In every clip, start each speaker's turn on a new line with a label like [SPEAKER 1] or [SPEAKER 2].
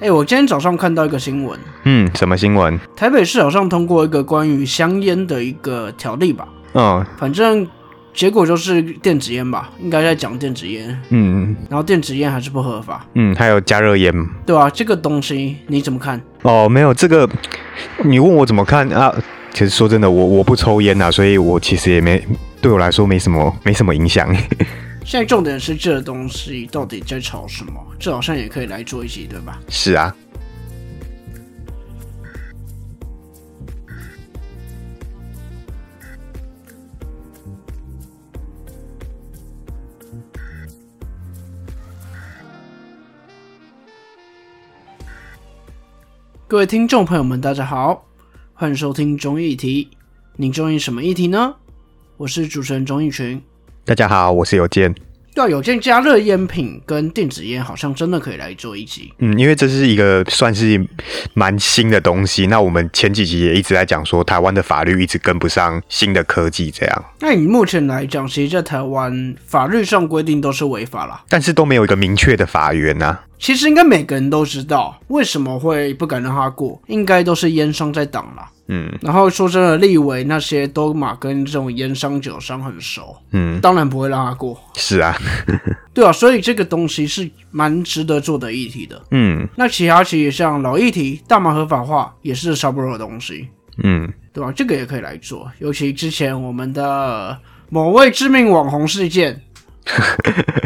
[SPEAKER 1] 哎、我今天早上看到一个新闻，
[SPEAKER 2] 嗯，什么新闻？
[SPEAKER 1] 台北市好像通过一个关于香烟的一个条例吧，
[SPEAKER 2] 嗯
[SPEAKER 1] 反正结果就是电子烟吧，应该在讲电子烟，
[SPEAKER 2] 嗯
[SPEAKER 1] 然后电子烟还是不合法，
[SPEAKER 2] 嗯，还有加热烟。
[SPEAKER 1] 对吧、这个东西你怎么看？
[SPEAKER 2] 哦，没有这个，你问我怎么看啊？其实说真的，我我不抽烟啊呐、所以我其实也没对我来说没什么没什么影响。
[SPEAKER 1] 现在重点是这东西到底在吵什么？这好像也可以来做一集，对吧？
[SPEAKER 2] 是啊，
[SPEAKER 1] 各位听众朋友们，大家好，欢迎收听综艺题。您中意什么议题呢？我是主持人钟义群。
[SPEAKER 2] 大家好，我是有健。
[SPEAKER 1] 对啊，有件加热烟品跟电子烟好像真的可以来做一集。
[SPEAKER 2] 嗯，因为这是一个算是蛮新的东西。那我们前几集也一直在讲说，台湾的法律一直跟不上新的科技，这样，
[SPEAKER 1] 那以目前来讲，其实，在台湾法律上规定都是违法啦。
[SPEAKER 2] 但是都没有一个明确的法源啊呐、
[SPEAKER 1] 其实应该每个人都知道，为什么会不敢让它过，应该都是烟商在挡啦。
[SPEAKER 2] 嗯
[SPEAKER 1] 然后说真的，立委那些都嘛跟这种烟商酒商很熟，
[SPEAKER 2] 嗯，
[SPEAKER 1] 当然不会让它过。
[SPEAKER 2] 是啊，
[SPEAKER 1] 对啊，所以这个东西是蛮值得做的议题的。
[SPEAKER 2] 嗯
[SPEAKER 1] 那其他其实像老议题、大麻合法化也是差不多的东西，
[SPEAKER 2] 嗯，
[SPEAKER 1] 对吧？这个也可以来做，尤其之前我们的某位知名网红事件，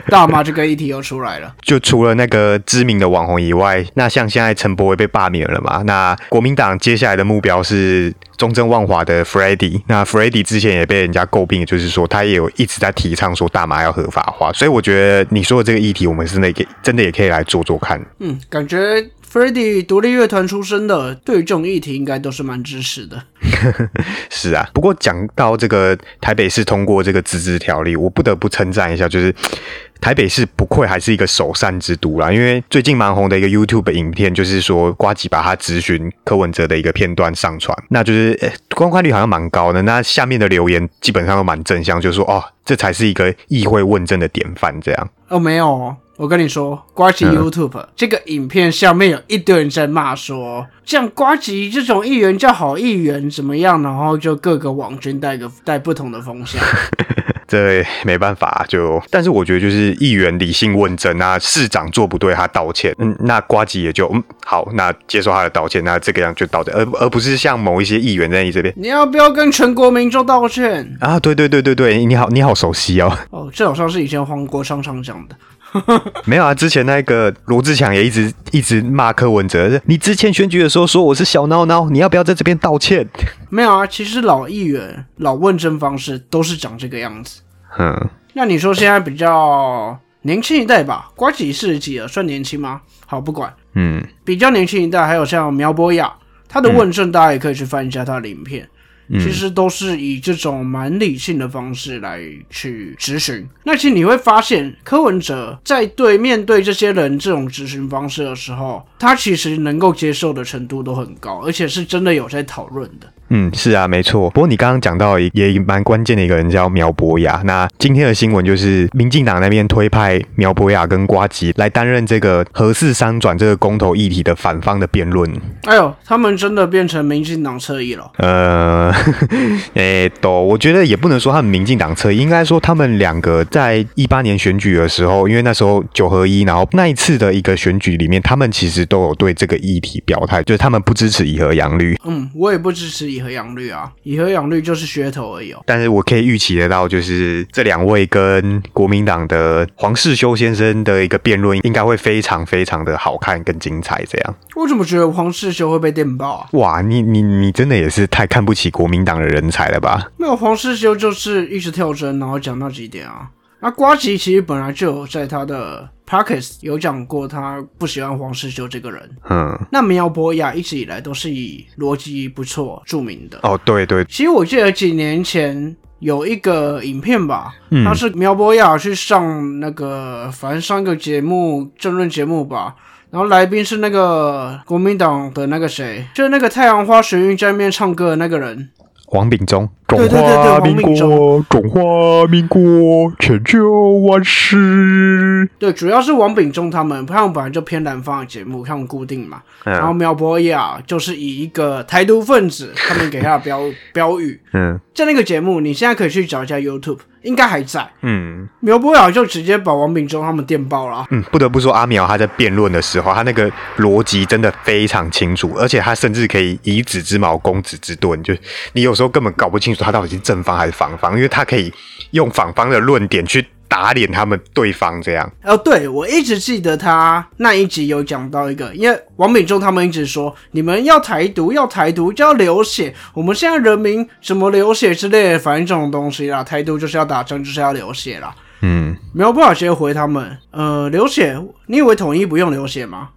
[SPEAKER 1] 大麻这个议题又出来了。
[SPEAKER 2] 就除了那个知名的网红以外，那像现在陈柏惟被罢免了嘛，那国民党接下来的目标是中正万华的 f r e d d y 那 f r e d d y 之前也被人家诟病，就是说他也有一直在提倡说大麻要合法化，所以我觉得你说的这个议题，我们真的也可以真的也可以来做做看。
[SPEAKER 1] 嗯，感觉 f r e d d y 独立乐团出身的，对于这种议题应该都是蛮支持的。
[SPEAKER 2] 是啊，不过讲到这个台北市通过这个自治条例，我不得不称赞一下，就是台北市不愧还是一个首善之都啦。因为最近蛮红的一个 YouTube 影片，就是说瓜吉把他咨询柯文哲的一个片段上传，那就是、呃观看率好像蛮高的。那下面的留言基本上都蛮正向，就是说哦，这才是一个议会问政的典范这样。
[SPEAKER 1] 哦，没有哦，我跟你说，瓜吉 YouTube、这个影片下面有一堆人在骂说，像瓜吉这种议员叫好议员怎么样，然后就各个网军带个带不同的风向。
[SPEAKER 2] 这没办法，就但是我觉得就是议员理性问政啊，市长做不对他道歉，嗯，那瓜吉也就嗯好，那接受他的道歉，那这个样就道歉，而而不是像某一些议员在你这边
[SPEAKER 1] 你要不要跟全国民众道歉？
[SPEAKER 2] 啊，对对对对对，你好你好熟悉哦，
[SPEAKER 1] 哦，这好像是以前黄国昌常讲的。
[SPEAKER 2] 没有啊，之前那个罗志强也一直一直骂柯文哲，你之前选举的时候说我是小孬孬，你要不要在这边道歉？
[SPEAKER 1] 没有啊，其实老议员、老问政方式都是长这个样子。
[SPEAKER 2] 嗯，
[SPEAKER 1] 那你说现在比较年轻一代吧，瓜吉四十几了，算年轻吗？好，不管，
[SPEAKER 2] 嗯
[SPEAKER 1] 比较年轻一代，还有像苗博雅，他的问政大家也可以去翻一下他的影片，其实都是以这种蛮理性的方式来去质询。那其实你会发现，柯文哲在对面对这些人这种质询方式的时候，他其实能够接受的程度都很高，而且是真的有在讨论的。
[SPEAKER 2] 嗯，是啊，没错。不过你刚刚讲到一也蛮关键的一个人叫苗博雅。那今天的新闻就是，民进党那边推派苗博雅跟瓜吉来担任这个核四商转这个公投议题的反方的辩论。
[SPEAKER 1] 哎呦，他们真的变成民进党侧翼了。
[SPEAKER 2] 呃， 诶、都我觉得也不能说他们民进党侧翼，应该说他们两个在一八年选举的时候，因为那时候九合一，然后那一次的一个选举里面，他们其实都有对这个议题表态，就是他们不支持以和养绿。
[SPEAKER 1] 嗯，我也不支持以和养绿啊，以和养绿就是噱头而已哦。
[SPEAKER 2] 但是我可以预期得到，就是这两位跟国民党的黄世修先生的一个辩论，应该会非常非常的好看跟精彩。这样，
[SPEAKER 1] 我怎么觉得黄世修会被电爆啊？
[SPEAKER 2] 哇，你你你真的也是太看不起国民党的人才了吧？
[SPEAKER 1] 没有黄世修就是一直跳针，然后讲那几点啊。那瓜吉其实本来就有在他的 p o c k e t 有讲过，他不喜欢黄世修这个人。
[SPEAKER 2] 嗯，
[SPEAKER 1] 那苗博雅一直以来都是以逻辑不错著名的。
[SPEAKER 2] 哦，对对，
[SPEAKER 1] 其实我记得几年前有一个影片吧，
[SPEAKER 2] 嗯
[SPEAKER 1] 他是苗博雅去上那个反正上一个节目政论节目吧，然后来宾是那个国民党的那个谁，就是那个太阳花学运在那边唱歌的那个人。
[SPEAKER 2] 王炳忠，
[SPEAKER 1] 对
[SPEAKER 2] 中
[SPEAKER 1] 对对对
[SPEAKER 2] 华
[SPEAKER 1] 王
[SPEAKER 2] 民
[SPEAKER 1] 炳
[SPEAKER 2] 国，中华民国，千秋万世。
[SPEAKER 1] 对，主要是王炳忠他们，他们本来就偏南方的节目，他们固定嘛。然后
[SPEAKER 2] 嗯
[SPEAKER 1] 苗博雅就是以一个台独分子，他们给他的标标语，
[SPEAKER 2] 嗯
[SPEAKER 1] 在那个节目，你现在可以去找一下 YouTube，应该还在。
[SPEAKER 2] 嗯
[SPEAKER 1] 苗博雅就直接把王炳忠他们电爆了啊，
[SPEAKER 2] 嗯，不得不说，阿苗他在辩论的时候，他那个逻辑真的非常清楚，而且他甚至可以以子之矛攻子之盾，就是你有时候根本搞不清楚他到底是正方还是反方，因为他可以用反方的论点去打脸他们对方这样。
[SPEAKER 1] 哦，对，我一直记得他那一集有讲到一个，因为王炳忠他们一直说，你们要台独，要台独就要流血，我们现在人民什么流血之类的，反正这种东西啦，台独就是要打仗，就是要流血啦。
[SPEAKER 2] 嗯，
[SPEAKER 1] 苗博雅直接回他们，呃，流血，你以为统一不用流血 吗？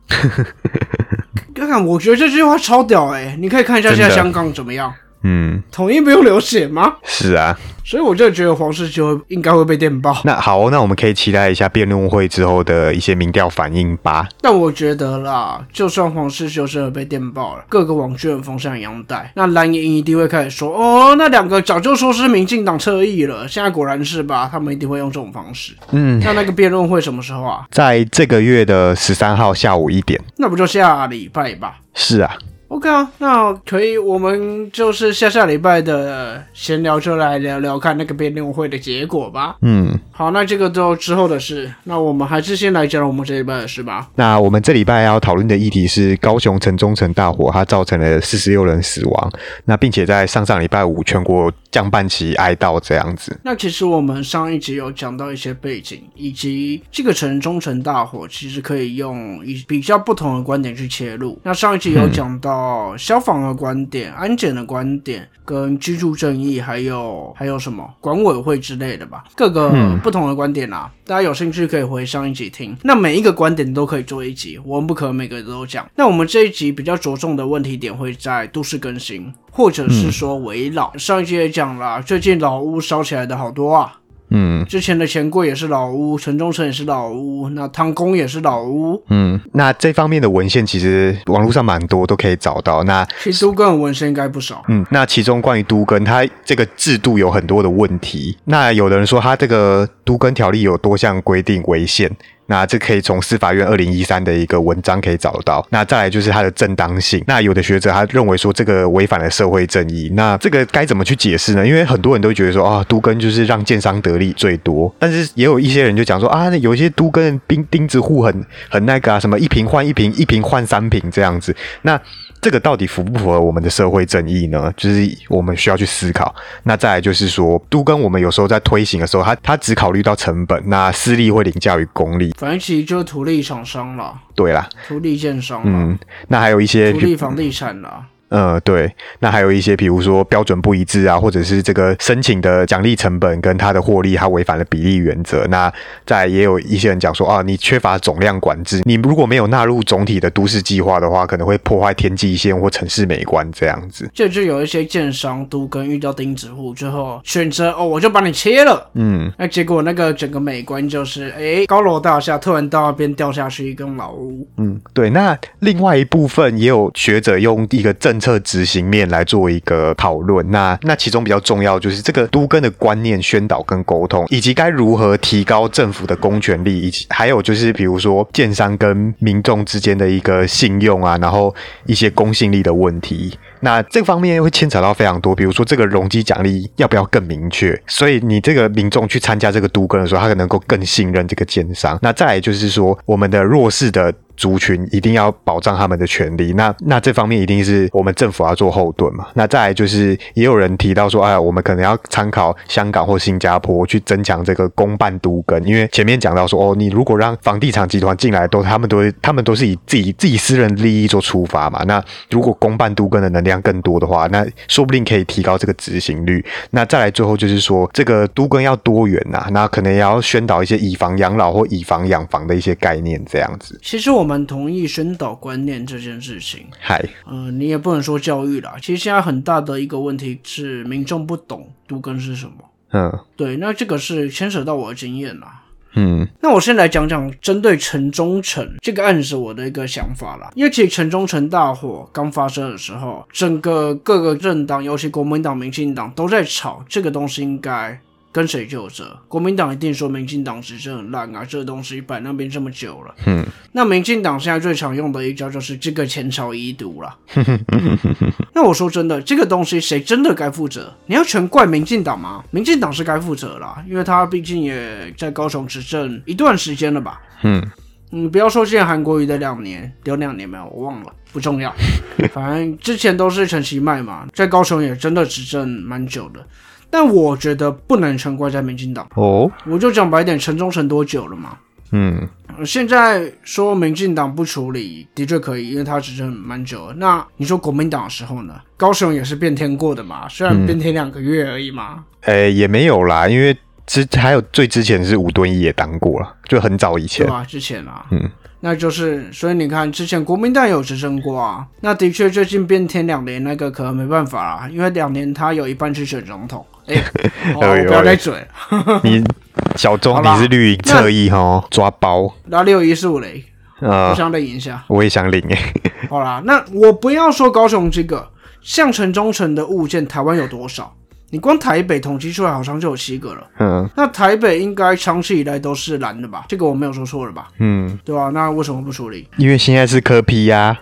[SPEAKER 1] 看看，我觉得这句话超屌哎、你可以看一下现在
[SPEAKER 2] 真的
[SPEAKER 1] 香港怎么样，
[SPEAKER 2] 嗯，
[SPEAKER 1] 统一不用流血吗？
[SPEAKER 2] 是啊。
[SPEAKER 1] 所以我就觉得黄世修应该会被电爆。
[SPEAKER 2] 那好、哦，那我们可以期待一下辩论会之后的一些民调反应吧。
[SPEAKER 1] 但我觉得啦，就算黄世修真的被电爆了，各个网剧的风向一样带，那蓝营一定会开始说，哦，那两个早就说是民进党侧翼了，现在果然是吧？他们一定会用这种方式。
[SPEAKER 2] 嗯，
[SPEAKER 1] 那那个辩论会什么时候啊？
[SPEAKER 2] 在这个月的十三号下午一点。
[SPEAKER 1] 那不就下礼拜吧
[SPEAKER 2] 是啊，
[SPEAKER 1] ？OK 啊，那可以，我们就是下下礼拜的闲聊就来聊聊看那个辩论会的结果吧。
[SPEAKER 2] 嗯，
[SPEAKER 1] 好，那这个都之后的事，那我们还是先来讲我们这礼拜的事吧。
[SPEAKER 2] 那我们这礼拜要讨论的议题是高雄城中城大火，它造成了四十六人死亡，那并且在上上礼拜五全国降半旗哀悼这样子。
[SPEAKER 1] 那其实我们上一集有讲到一些背景，以及这个城中城大火，其实可以用以比较不同的观点去切入。那上一集有讲到消防的观点、安检的观点、跟居住正义，还有还有什么管委会之类的吧，各
[SPEAKER 2] 嗯
[SPEAKER 1] 个不同的观点啦、啊大家有兴趣可以回上一集听。那每一个观点都可以做一集，我们不可能每个都讲。那我们这一集比较着重的问题点会在都市更新，或者
[SPEAKER 2] 嗯
[SPEAKER 1] 是说围老。上一集也讲了，最近老屋烧起来的好多啊，
[SPEAKER 2] 嗯
[SPEAKER 1] 之前的钱柜也是老屋，城中城也是老屋，那汤公也是老屋，
[SPEAKER 2] 嗯，那这方面的文献其实网络上蛮多都可以找到。那
[SPEAKER 1] 其实都跟纹身应该不少。
[SPEAKER 2] 嗯，那其中关于都更，它这个制度有很多的问题。那有的人说，它这个都更条例有多项规定违宪，那这可以从司法院二零一三的一个文章可以找到。那再来就是它的正当性。那有的学者他认为说，这个违反了社会正义。那这个该怎么去解释呢？因为很多人都觉得说，啊，都更就是让建商得利最多，但是也有一些人就讲说，啊，那有一些都更钉钉子户很很那个啊，什么一平换一平，一平换三平这样子。那这个到底符不符合我们的社会正义呢？就是我们需要去思考。那再来就是说，都跟我们有时候在推行的时候，它它只考虑到成本，那私利会凌驾于公利。
[SPEAKER 1] 反正其实就是土地厂商啦，
[SPEAKER 2] 对啦，
[SPEAKER 1] 土地建商啦，
[SPEAKER 2] 嗯，那还有一些
[SPEAKER 1] 土地房地产啦。
[SPEAKER 2] 呃，对，那还有一些，比如说标准不一致啊，或者是这个申请的奖励成本跟它的获利，它违反了比例原则。那再也有一些人讲说啊，你缺乏总量管制，你如果没有纳入总体的都市计划的话，可能会破坏天际线或城市美观这样子。
[SPEAKER 1] 这就有一些建商都跟遇到钉子户之后，选择哦我就把你切了，
[SPEAKER 2] 嗯
[SPEAKER 1] 那结果那个整个美观就是，哎，高楼大厦突然到那边掉下去一栋老屋，
[SPEAKER 2] 嗯，对。那另外一部分也有学者用一个政策执行面来做一个讨论。那那其中比较重要就是这个都根的观念宣导跟沟通，以及该如何提高政府的公权力，以及还有就是比如说建商跟民众之间的一个信用啊，然后一些公信力的问题。那这方面会牵扯到非常多，比如说这个容积奖励要不要更明确？所以你这个民众去参加这个都更的时候，他可能够更信任这个奸商。那再来就是说，我们的弱势的族群一定要保障他们的权利。那那这方面一定是我们政府要做后盾嘛。那再来就是，也有人提到说，哎呀，我们可能要参考香港或新加坡去增强这个公办都跟，因为前面讲到说，哦，你如果让房地产集团进来，都他们都他们都是以自己自己私人利益做出发嘛。那如果公办都跟的能量更多的话，那说不定可以提高这个执行率。那再来最后就是说，这个都跟要多元呐、那可能也要宣导一些以房养老或以房养房的一些概念，这样子。
[SPEAKER 1] 其实我们同意宣导观念这件事情，
[SPEAKER 2] 嗨，
[SPEAKER 1] 呃，你也不能说教育啦，其实现在很大的一个问题是民众不懂都更是什么，
[SPEAKER 2] 嗯
[SPEAKER 1] 对，那这个是牵扯到我的经验啦。
[SPEAKER 2] 嗯
[SPEAKER 1] 那我先来讲讲针对城中城这个案子我的一个想法啦，因为其实城中城大火刚发生的时候，整个各个政党，尤其国民党、民进党都在吵这个东西应该。跟谁就责？国民党一定说民进党执政很烂啊，这个东西摆那边这么久了。
[SPEAKER 2] 嗯，
[SPEAKER 1] 那民进党现在最常用的一招就是这个前朝遗毒啦。那我说真的，这个东西谁真的该负责？你要全怪民进党吗？民进党是该负责啦，因为他毕竟也在高雄执政一段时间了吧。
[SPEAKER 2] 嗯
[SPEAKER 1] 嗯，不要说现在韩国瑜的两年，有两年没有，我忘了，不重要。反正之前都是陈其迈嘛，在高雄也真的执政蛮久的。但我觉得不能全怪在民进党，
[SPEAKER 2] 哦
[SPEAKER 1] 我就讲白一点，陈忠诚多久了嘛？
[SPEAKER 2] 嗯
[SPEAKER 1] 呃现在说民进党不处理，的确可以，因为他执政蛮久了。那你说国民党的时候呢？高雄也是变天过的嘛，虽
[SPEAKER 2] 嗯
[SPEAKER 1] 然变天两个月而已嘛。
[SPEAKER 2] 诶、哎也没有啦，因为之还有最之前是吴敦义也当过了，就很早以
[SPEAKER 1] 对
[SPEAKER 2] 前。
[SPEAKER 1] 吧？之前啊，
[SPEAKER 2] 嗯，
[SPEAKER 1] 那就是，所以你看，之前国民党有执政过啊，那的确最近变天两年那个可能没办法啊啦，因为两年他有一半去选总统， 哎、好啊
[SPEAKER 2] 哎
[SPEAKER 1] 我
[SPEAKER 2] 呦
[SPEAKER 1] 不要再嘴了，
[SPEAKER 2] 你小钟
[SPEAKER 1] 好
[SPEAKER 2] 你
[SPEAKER 1] 啦
[SPEAKER 2] 是绿营
[SPEAKER 1] 那
[SPEAKER 2] 侧翼哈，抓包
[SPEAKER 1] 然后六一四五雷，
[SPEAKER 2] 啊、
[SPEAKER 1] 我
[SPEAKER 2] 呃
[SPEAKER 1] 想领一下，
[SPEAKER 2] 我也想领欸诶、
[SPEAKER 1] 好啦，那我不要说高雄这个，像城中城的物件，台湾有多少？你光台北统计出来好像就有七个了，
[SPEAKER 2] 嗯
[SPEAKER 1] 那台北应该长期以来都是蓝的吧？这个我没有说错了吧？
[SPEAKER 2] 嗯，
[SPEAKER 1] 对吧、那为什么不处理？
[SPEAKER 2] 因为现在是科批呀、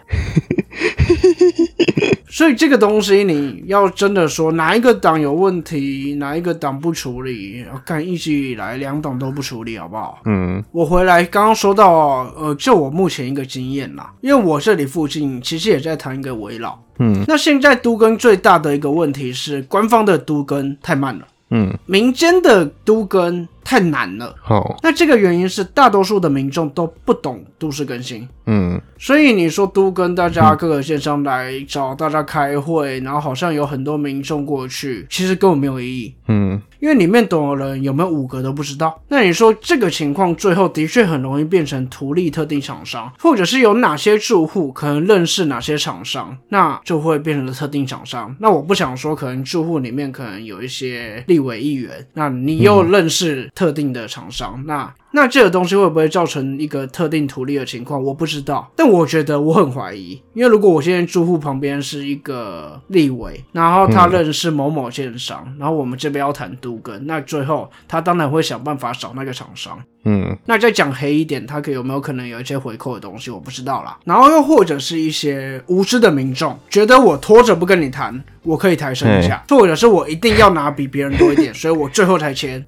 [SPEAKER 1] 所以这个东西你要真的说哪一个党有问题，哪一个党不处理，看一直以来两党都不处理，好不好？
[SPEAKER 2] 嗯
[SPEAKER 1] 我回来刚刚说到，呃，就我目前一个经验啦，因为我这里附近其实也在谈一个围绕，
[SPEAKER 2] 嗯，
[SPEAKER 1] 那现在都更最大的一个问题是，官方的都更太慢了，
[SPEAKER 2] 嗯，
[SPEAKER 1] 民间的都更太难了。
[SPEAKER 2] 哦，
[SPEAKER 1] 那这个原因是大多数的民众都不懂都市更新，
[SPEAKER 2] 嗯
[SPEAKER 1] 所以你说都跟大家各个线上来找大家开会，然后好像有很多民众过去，其实根本没有意义，
[SPEAKER 2] 嗯
[SPEAKER 1] 因为里面懂的人有没有五个都不知道。那你说这个情况最后的确很容易变成图利特定厂商，或者是有哪些住户可能认识哪些厂商，那就会变成特定厂商。那我不想说，可能住户里面可能有一些立委议员，那你又认识特定的厂商，那那这个东西会不会造成一个特定图利的情况？我不知道，但我觉得我很怀疑，因为如果我现在住户旁边是一个立委，然后他嗯认识某某建商，然后我们这边要谈都跟，那最后他当然会想办法找那个厂商。
[SPEAKER 2] 嗯
[SPEAKER 1] 那再讲黑一点，他可有没有可能有一些回扣的东西，我不知道啦。然后又或者是一些无知的民众，觉得我拖着不跟你谈，我可以抬升一下，或者是我一定要拿比别人多一点，所以我最后才签。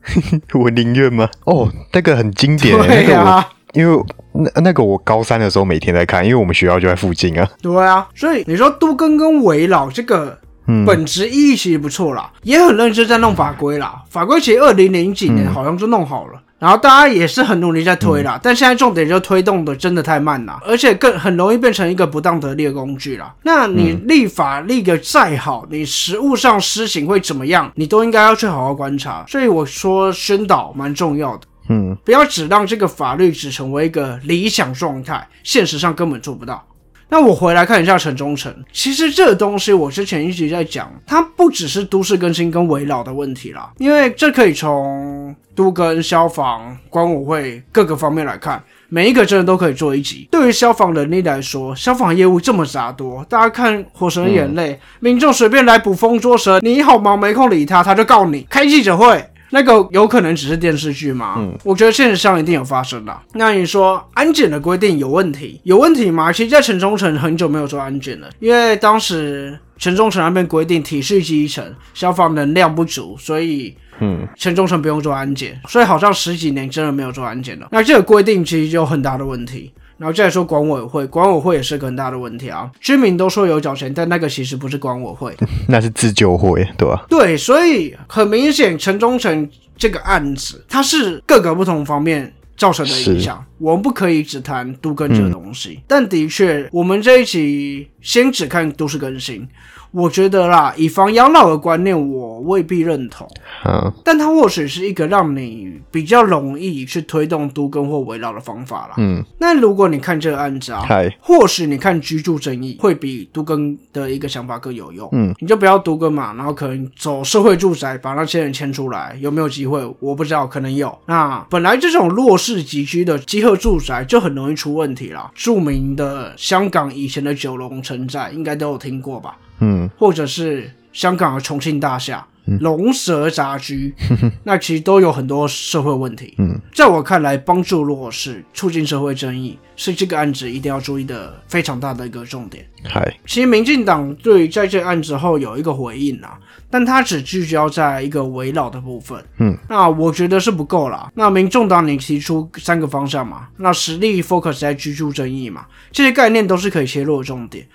[SPEAKER 2] 我宁愿吗？哦，那个很经典、欸，
[SPEAKER 1] 对
[SPEAKER 2] 那个我
[SPEAKER 1] 啊，
[SPEAKER 2] 因为那那个我高三的时候每天在看，因为我们学校就在附近啊。
[SPEAKER 1] 对啊。所以你说都跟跟围绕这个
[SPEAKER 2] 嗯，
[SPEAKER 1] 本质意义其实不错啦，也很认真在弄法规啦。法规其实二零零几
[SPEAKER 2] 嗯
[SPEAKER 1] 年好像就弄好了。然后大家也是很努力在推啦，但现在重点就推动的真的太慢啦，而且更很容易变成一个不当得利的工具啦。那你
[SPEAKER 2] 嗯
[SPEAKER 1] 立法立个再好，你实物上施行会怎么样，你都应该要去好好观察。所以我说宣导蛮重要的，
[SPEAKER 2] 嗯
[SPEAKER 1] 不要只让这个法律只成为一个理想状态，现实上根本做不到。那我回来看一下城中城，其实这个东西我之前一直在讲，它不只是都市更新跟围绕的问题啦，因为这可以从都跟消防、管委会各个方面来看。每一个真的都可以做一集。对于消防能力来说，消防业务这么杂多，大家看《火神的眼泪》民众随便来捕风捉蛇，你一好忙没空理他，他就告你，开记者会。那个有可能只是电视剧吗？我觉得现实上一定有发生啦。那你说安检的规定有问题？有问题吗？其实，在城中城很久没有做安检了，因为当时城中城那边规定体系基层消防能量不足，所以
[SPEAKER 2] 嗯
[SPEAKER 1] 城中城不用做安检，所以好像十几年真的没有做安检了。那这个规定其实有很大的问题。然后再来说管委会，管委会也是个很大的问题啊。居民都说有缴钱，但那个其实不是管委会。
[SPEAKER 2] 那是自救会，对吧、
[SPEAKER 1] 对，所以很明显，城中城这个案子，它是各个不同方面。造成的影响，我们不可以只谈都更这个东西，但的确，我们这一集先只看都市更新。我觉得啦，以防养老的观念我未必认同，
[SPEAKER 2] 嗯
[SPEAKER 1] 但它或许是一个让你比较容易去推动都跟或围绕的方法啦。
[SPEAKER 2] 嗯，
[SPEAKER 1] 那如果你看这个案子啊，
[SPEAKER 2] 嗨，
[SPEAKER 1] 或许你看居住正义会比都跟的一个想法更有用。
[SPEAKER 2] 嗯，
[SPEAKER 1] 你就不要都跟嘛，然后可能走社会住宅把那些人迁出来，有没有机会？我不知道，可能有。那本来这种弱势集居的集合住宅就很容易出问题啦。著名的香港以前的九龙城寨应该都有听过吧？
[SPEAKER 2] 嗯
[SPEAKER 1] 或者是香港的重庆大厦、龙蛇杂居，那其实都有很多社会问题。
[SPEAKER 2] 嗯，
[SPEAKER 1] 在我看来，帮助弱势、促进社会正义是这个案子一定要注意的非常大的一个重点。
[SPEAKER 2] 嗨，
[SPEAKER 1] 其实民进党对于在这案之后有一个回应啊，但他只聚焦在一个围绕的部分。
[SPEAKER 2] 嗯，
[SPEAKER 1] 那我觉得是不够啦。那民众党你提出三个方向嘛，那实力 focus 在居住正义嘛，这些概念都是可以切入的重点。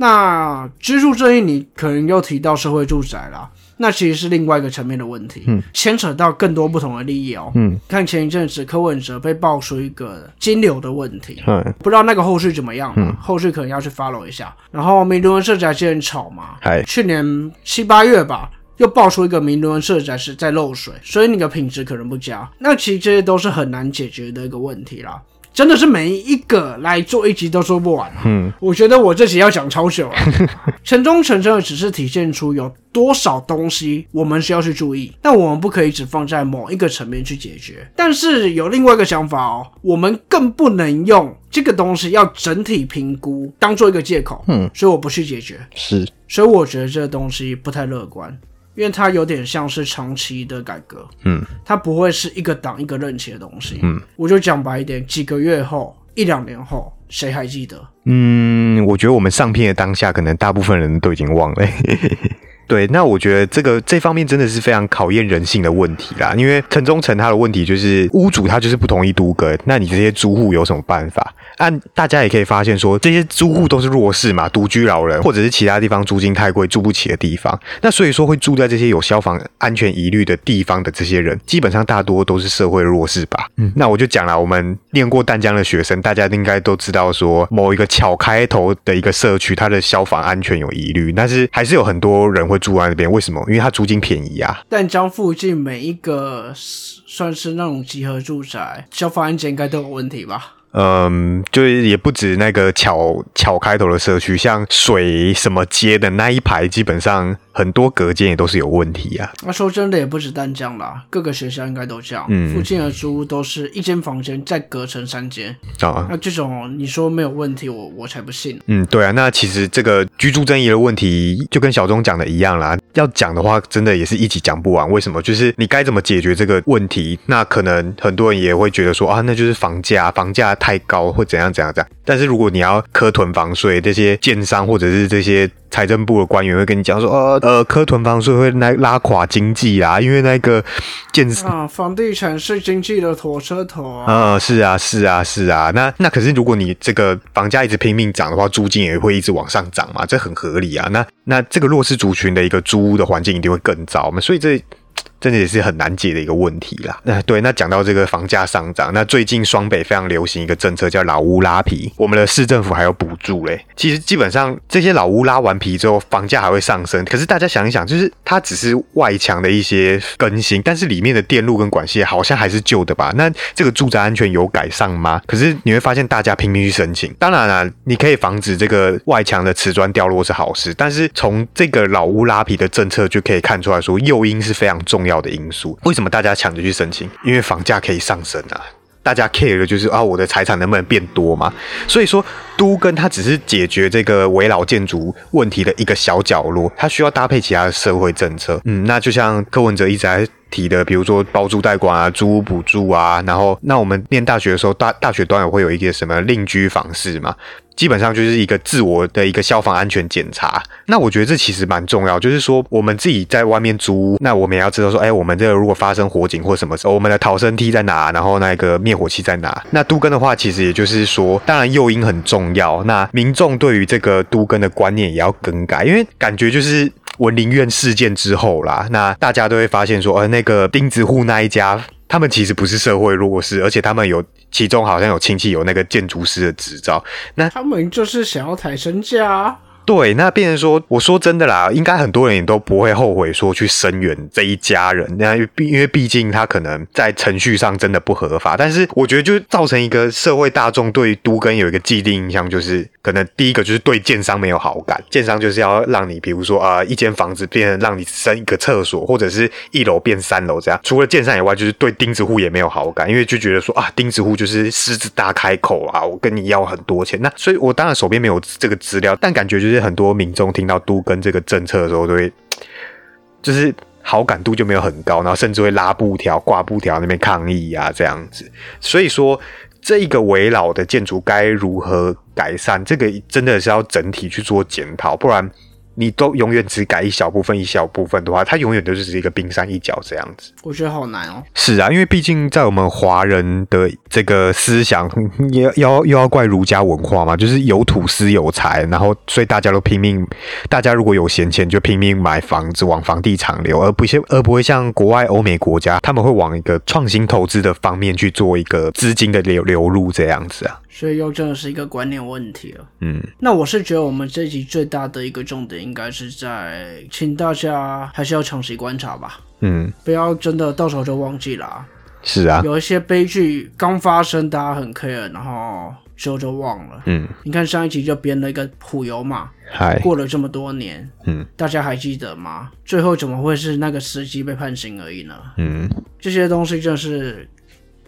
[SPEAKER 1] 那居住正义你可能又提到社会住宅啦。那其实是另外一个层面的问题，
[SPEAKER 2] 嗯，
[SPEAKER 1] 牵扯到更多不同的利益哦。
[SPEAKER 2] 嗯，
[SPEAKER 1] 看前一阵子柯文哲被爆出一个金流的问题，
[SPEAKER 2] 嗨，
[SPEAKER 1] 不知道那个后续怎么样嘛，
[SPEAKER 2] 嗯
[SPEAKER 1] 后续可能要去 follow 一下。然后明伦社宅之前炒嘛，
[SPEAKER 2] 嗨，
[SPEAKER 1] 去年七八月吧，又爆出一个明伦社宅是在漏水，所以你的品质可能不佳。那其实这些都是很难解决的一个问题啦。真的是每一个来做一集都说不完、啊，
[SPEAKER 2] 嗯，
[SPEAKER 1] 我觉得我这集要讲超久了。城中城真的只是体现出有多少东西我们需要去注意，但哦我们不可以只放在某一个层面去解决。但是有另外一个想法哦，我们更不能用这个东西要整体评估当做一个借口。
[SPEAKER 2] 嗯，
[SPEAKER 1] 所以我不去解决，
[SPEAKER 2] 是，
[SPEAKER 1] 所以我觉得这个东西不太乐观，因为它有点像是长期的改革。
[SPEAKER 2] 嗯，
[SPEAKER 1] 它不会是一个党一个任期的东西。
[SPEAKER 2] 嗯，
[SPEAKER 1] 我就讲白一点，几个月后、一两年后，谁还记得？
[SPEAKER 2] 嗯，我觉得我们上片的当下，可能大部分人都已经忘了。对，那我觉得这个这方面真的是非常考验人性的问题啦。因为城中城他的问题就是屋主他就是不同意都更，那你这些租户有什么办法？按大家也可以发现说，这些租户都是弱势嘛，独居老人或者是其他地方租金太贵住不起的地方。那所以说会住在这些有消防安全疑虑的地方的这些人，基本上大多都是社会弱势吧。嗯，那我就讲了，我们念过淡江的学生，大家应该都知道说，某一个巧开头的一个社区，它的消防安全有疑虑，但是还是有很多人会住在那边。为什么？因为它租金便宜啊。
[SPEAKER 1] 但江附近每一个算是那种集合住宅，消防安检应该都有问题吧？
[SPEAKER 2] 嗯，就是也不止那个巧巧开头的社区，像水什么街的那一排，基本上很多隔间也都是有问题啊。
[SPEAKER 1] 那说真的，也不止淡江啦，各个学校应该都这样。
[SPEAKER 2] 嗯
[SPEAKER 1] 附近的租屋都是一间房间再隔成三间，
[SPEAKER 2] 啊、
[SPEAKER 1] 那这种你说没有问题，我我才不信。
[SPEAKER 2] 嗯，对啊，那其实这个居住正义的问题，就跟小钟讲的一样啦。要讲的话，真的也是一起讲不完。为什么？就是你该怎么解决这个问题？那可能很多人也会觉得说啊，那就是房价，房价太高或怎样怎样怎样。但是如果你要科囤房税，这些建商或者是这些财政部的官员会跟你讲说，呃呃，科囤房税会来拉垮经济啦，因为那个建
[SPEAKER 1] 啊，房地产是经济的火车头啊。
[SPEAKER 2] 嗯，是啊，是啊，是啊。那那可是，如果你这个房价一直拼命涨的话，租金也会一直往上涨嘛，这很合理啊。那那这个弱势族群的一个租屋的环境一定会更糟嘛，所以这。真的也是很难解的一个问题啦。那对，那讲到这个房价上涨，那最近双北非常流行一个政策叫老屋拉皮，我们的市政府还有补助嘞。其实基本上这些老屋拉完皮之后，房价还会上升。可是大家想一想，就是它只是外墙的一些更新，但是里面的电路跟管线好像还是旧的吧？那这个住宅安全有改善吗？可是你会发现大家拼命去申请。当然啦、你可以防止这个外墙的瓷砖掉落是好事，但是从这个老屋拉皮的政策就可以看出来说，诱因是非常重要的因素。为什么大家抢着去申请？因为房价可以上升啊。大家 care 的就是啊，我的财产能不能变多嘛？所以说，都跟它只是解决这个围绕建筑问题的一个小角落，它需要搭配其他的社会政策。嗯，那就像柯文哲一直在提的，比如说包租代管啊、租屋补助啊，然后那我们念大学的时候，大大学端也会有一个什么另居房式嘛，基本上就是一个自我的一个消防安全检查。那我觉得这其实蛮重要，就是说我们自己在外面租屋，那我们也要知道说，哎，我们这个如果发生火警或什么时候，我们的逃生梯在哪，然后那个灭火器在哪。那都根的话，其实也就是说，当然诱因很重要，那民众对于这个都根的观念也要更改，因为感觉就是。文林苑事件之后啦，那大家都会发现说，呃，那个钉子户那一家，他们其实不是社会弱势，而且他们有其中好像有亲戚有那个建筑师的执照，
[SPEAKER 1] 他们就是想要抬身价、啊，
[SPEAKER 2] 对，那变成说，我说真的啦，应该很多人也都不会后悔说去声援这一家人，那因为毕因为毕竟他可能在程序上真的不合法，但是我觉得就造成一个社会大众对都跟有一个既定印象，就是可能第一个就是对建商没有好感，建商就是要让你，比如说啊、呃一间房子变成让你升一个厕所，或者是一楼变三楼这样。除了建商以外，就是对钉子户也没有好感，因为就觉得说啊，钉子户就是狮子大开口啊，我跟你要很多钱。那所以，我当然手边没有这个资料，但感觉就是很多民众听到都跟这个政策的时候，都会就是好感度就没有很高，然后甚至会拉布条、挂布条那边抗议啊这样子。所以说，这一个围老的建筑该如何改善，这个真的是要整体去做检讨，不然你都永远只改一小部分、一小部分的话，它永远都是一个冰山一角这样子。
[SPEAKER 1] 我觉得好难哦。
[SPEAKER 2] 是啊，因为毕竟在我们华人的这个思想， 也要又要怪儒家文化嘛，就是有土司有财，然后所以大家都拼命，大家如果有闲钱就拼命买房子，往房地产流，而不像而不会像国外欧美国家，他们会往一个创新投资的方面去做一个资金的流流入这样子啊。
[SPEAKER 1] 所以又真的是一个观念问题了。
[SPEAKER 2] 嗯，
[SPEAKER 1] 那我是觉得我们这集最大的一个重点，应该是在请大家还是要长期观察吧，
[SPEAKER 2] 嗯，
[SPEAKER 1] 不要真的到时候就忘记了啊、
[SPEAKER 2] 是啊，
[SPEAKER 1] 有一些悲剧刚发生，大家很 care，然后之后就忘了。
[SPEAKER 2] 嗯，
[SPEAKER 1] 你看上一集就编了一个普游嘛，
[SPEAKER 2] 嗨，
[SPEAKER 1] 过了这么多年，
[SPEAKER 2] 嗯，
[SPEAKER 1] 大家还记得吗？最后怎么会是那个司机被判刑而已呢？
[SPEAKER 2] 嗯，
[SPEAKER 1] 这些东西就是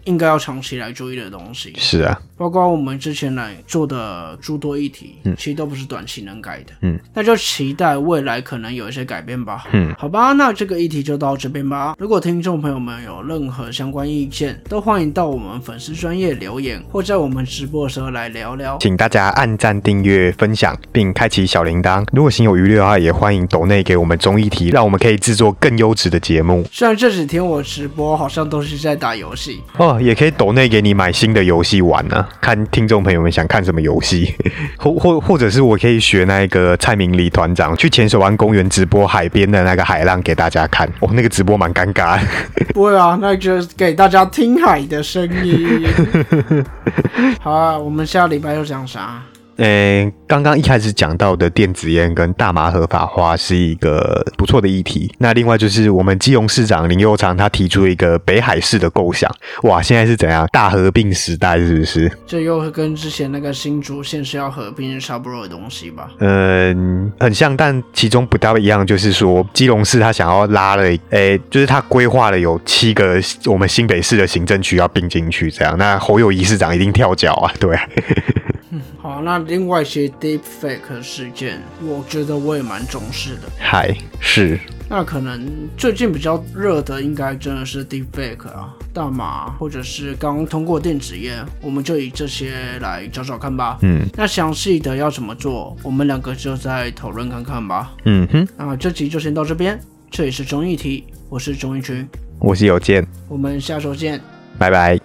[SPEAKER 1] 应该要长期来注意的东西，
[SPEAKER 2] 是啊，
[SPEAKER 1] 包括我们之前来做的诸多议题，其实都不是短期能改的，
[SPEAKER 2] 嗯，
[SPEAKER 1] 那就期待未来可能有一些改变吧，
[SPEAKER 2] 嗯，
[SPEAKER 1] 好吧，那这个议题就到这边吧。如果听众朋友们有任何相关意见，都欢迎到我们粉丝专业留言，或在我们直播的时候来聊聊。
[SPEAKER 2] 请大家按赞、订阅、分享，并开启小铃铛。如果心有余力的话，也欢迎抖内给我们综艺题，让我们可以制作更优质的节目
[SPEAKER 1] 虽然这几天我直播好像都是在打游戏，
[SPEAKER 2] 哦。也可以抖内给你买新的游戏玩啊，看听众朋友们想看什么游戏， 或或或者是我可以学那个蔡明黎团长去浅水湾公园直播海边的那个海浪给大家看。哦，那个直播蛮尴尬的，
[SPEAKER 1] 不会啊，那就给大家听海的声 音。好啊，我们下礼拜又讲啥？
[SPEAKER 2] 呃，刚刚一开始讲到的电子烟跟大麻合法化是一个不错的议题。那另外就是我们基隆市长林佑昌他提出一个北海市的构想，哇，现在是怎样大合并时代是不是？
[SPEAKER 1] 这又跟之前那个新竹县是要合并是差不多的东西吧？
[SPEAKER 2] 嗯，很像，但其中不大一样，就是说基隆市他想要拉了，诶，就是他规划了有七个我们新北市的行政区要并进去，这样。那侯友谊市长一定跳脚啊，对啊，
[SPEAKER 1] 好，那另外一些 deepfake 事件，我觉得我也蛮重视的。
[SPEAKER 2] 嗨，是，
[SPEAKER 1] 那可能最近比较热的，应该真的是 deepfake 啊、大麻，或者是刚通过电子烟，我们就以这些来找找看吧。
[SPEAKER 2] 嗯
[SPEAKER 1] 那详细的要怎么做，我们两个就再讨论看看吧。
[SPEAKER 2] 嗯哼，
[SPEAKER 1] 那这集就先到这边，这里是综艺题，我是综艺群，
[SPEAKER 2] 我是邮件，
[SPEAKER 1] 我们下周见。
[SPEAKER 2] 拜拜。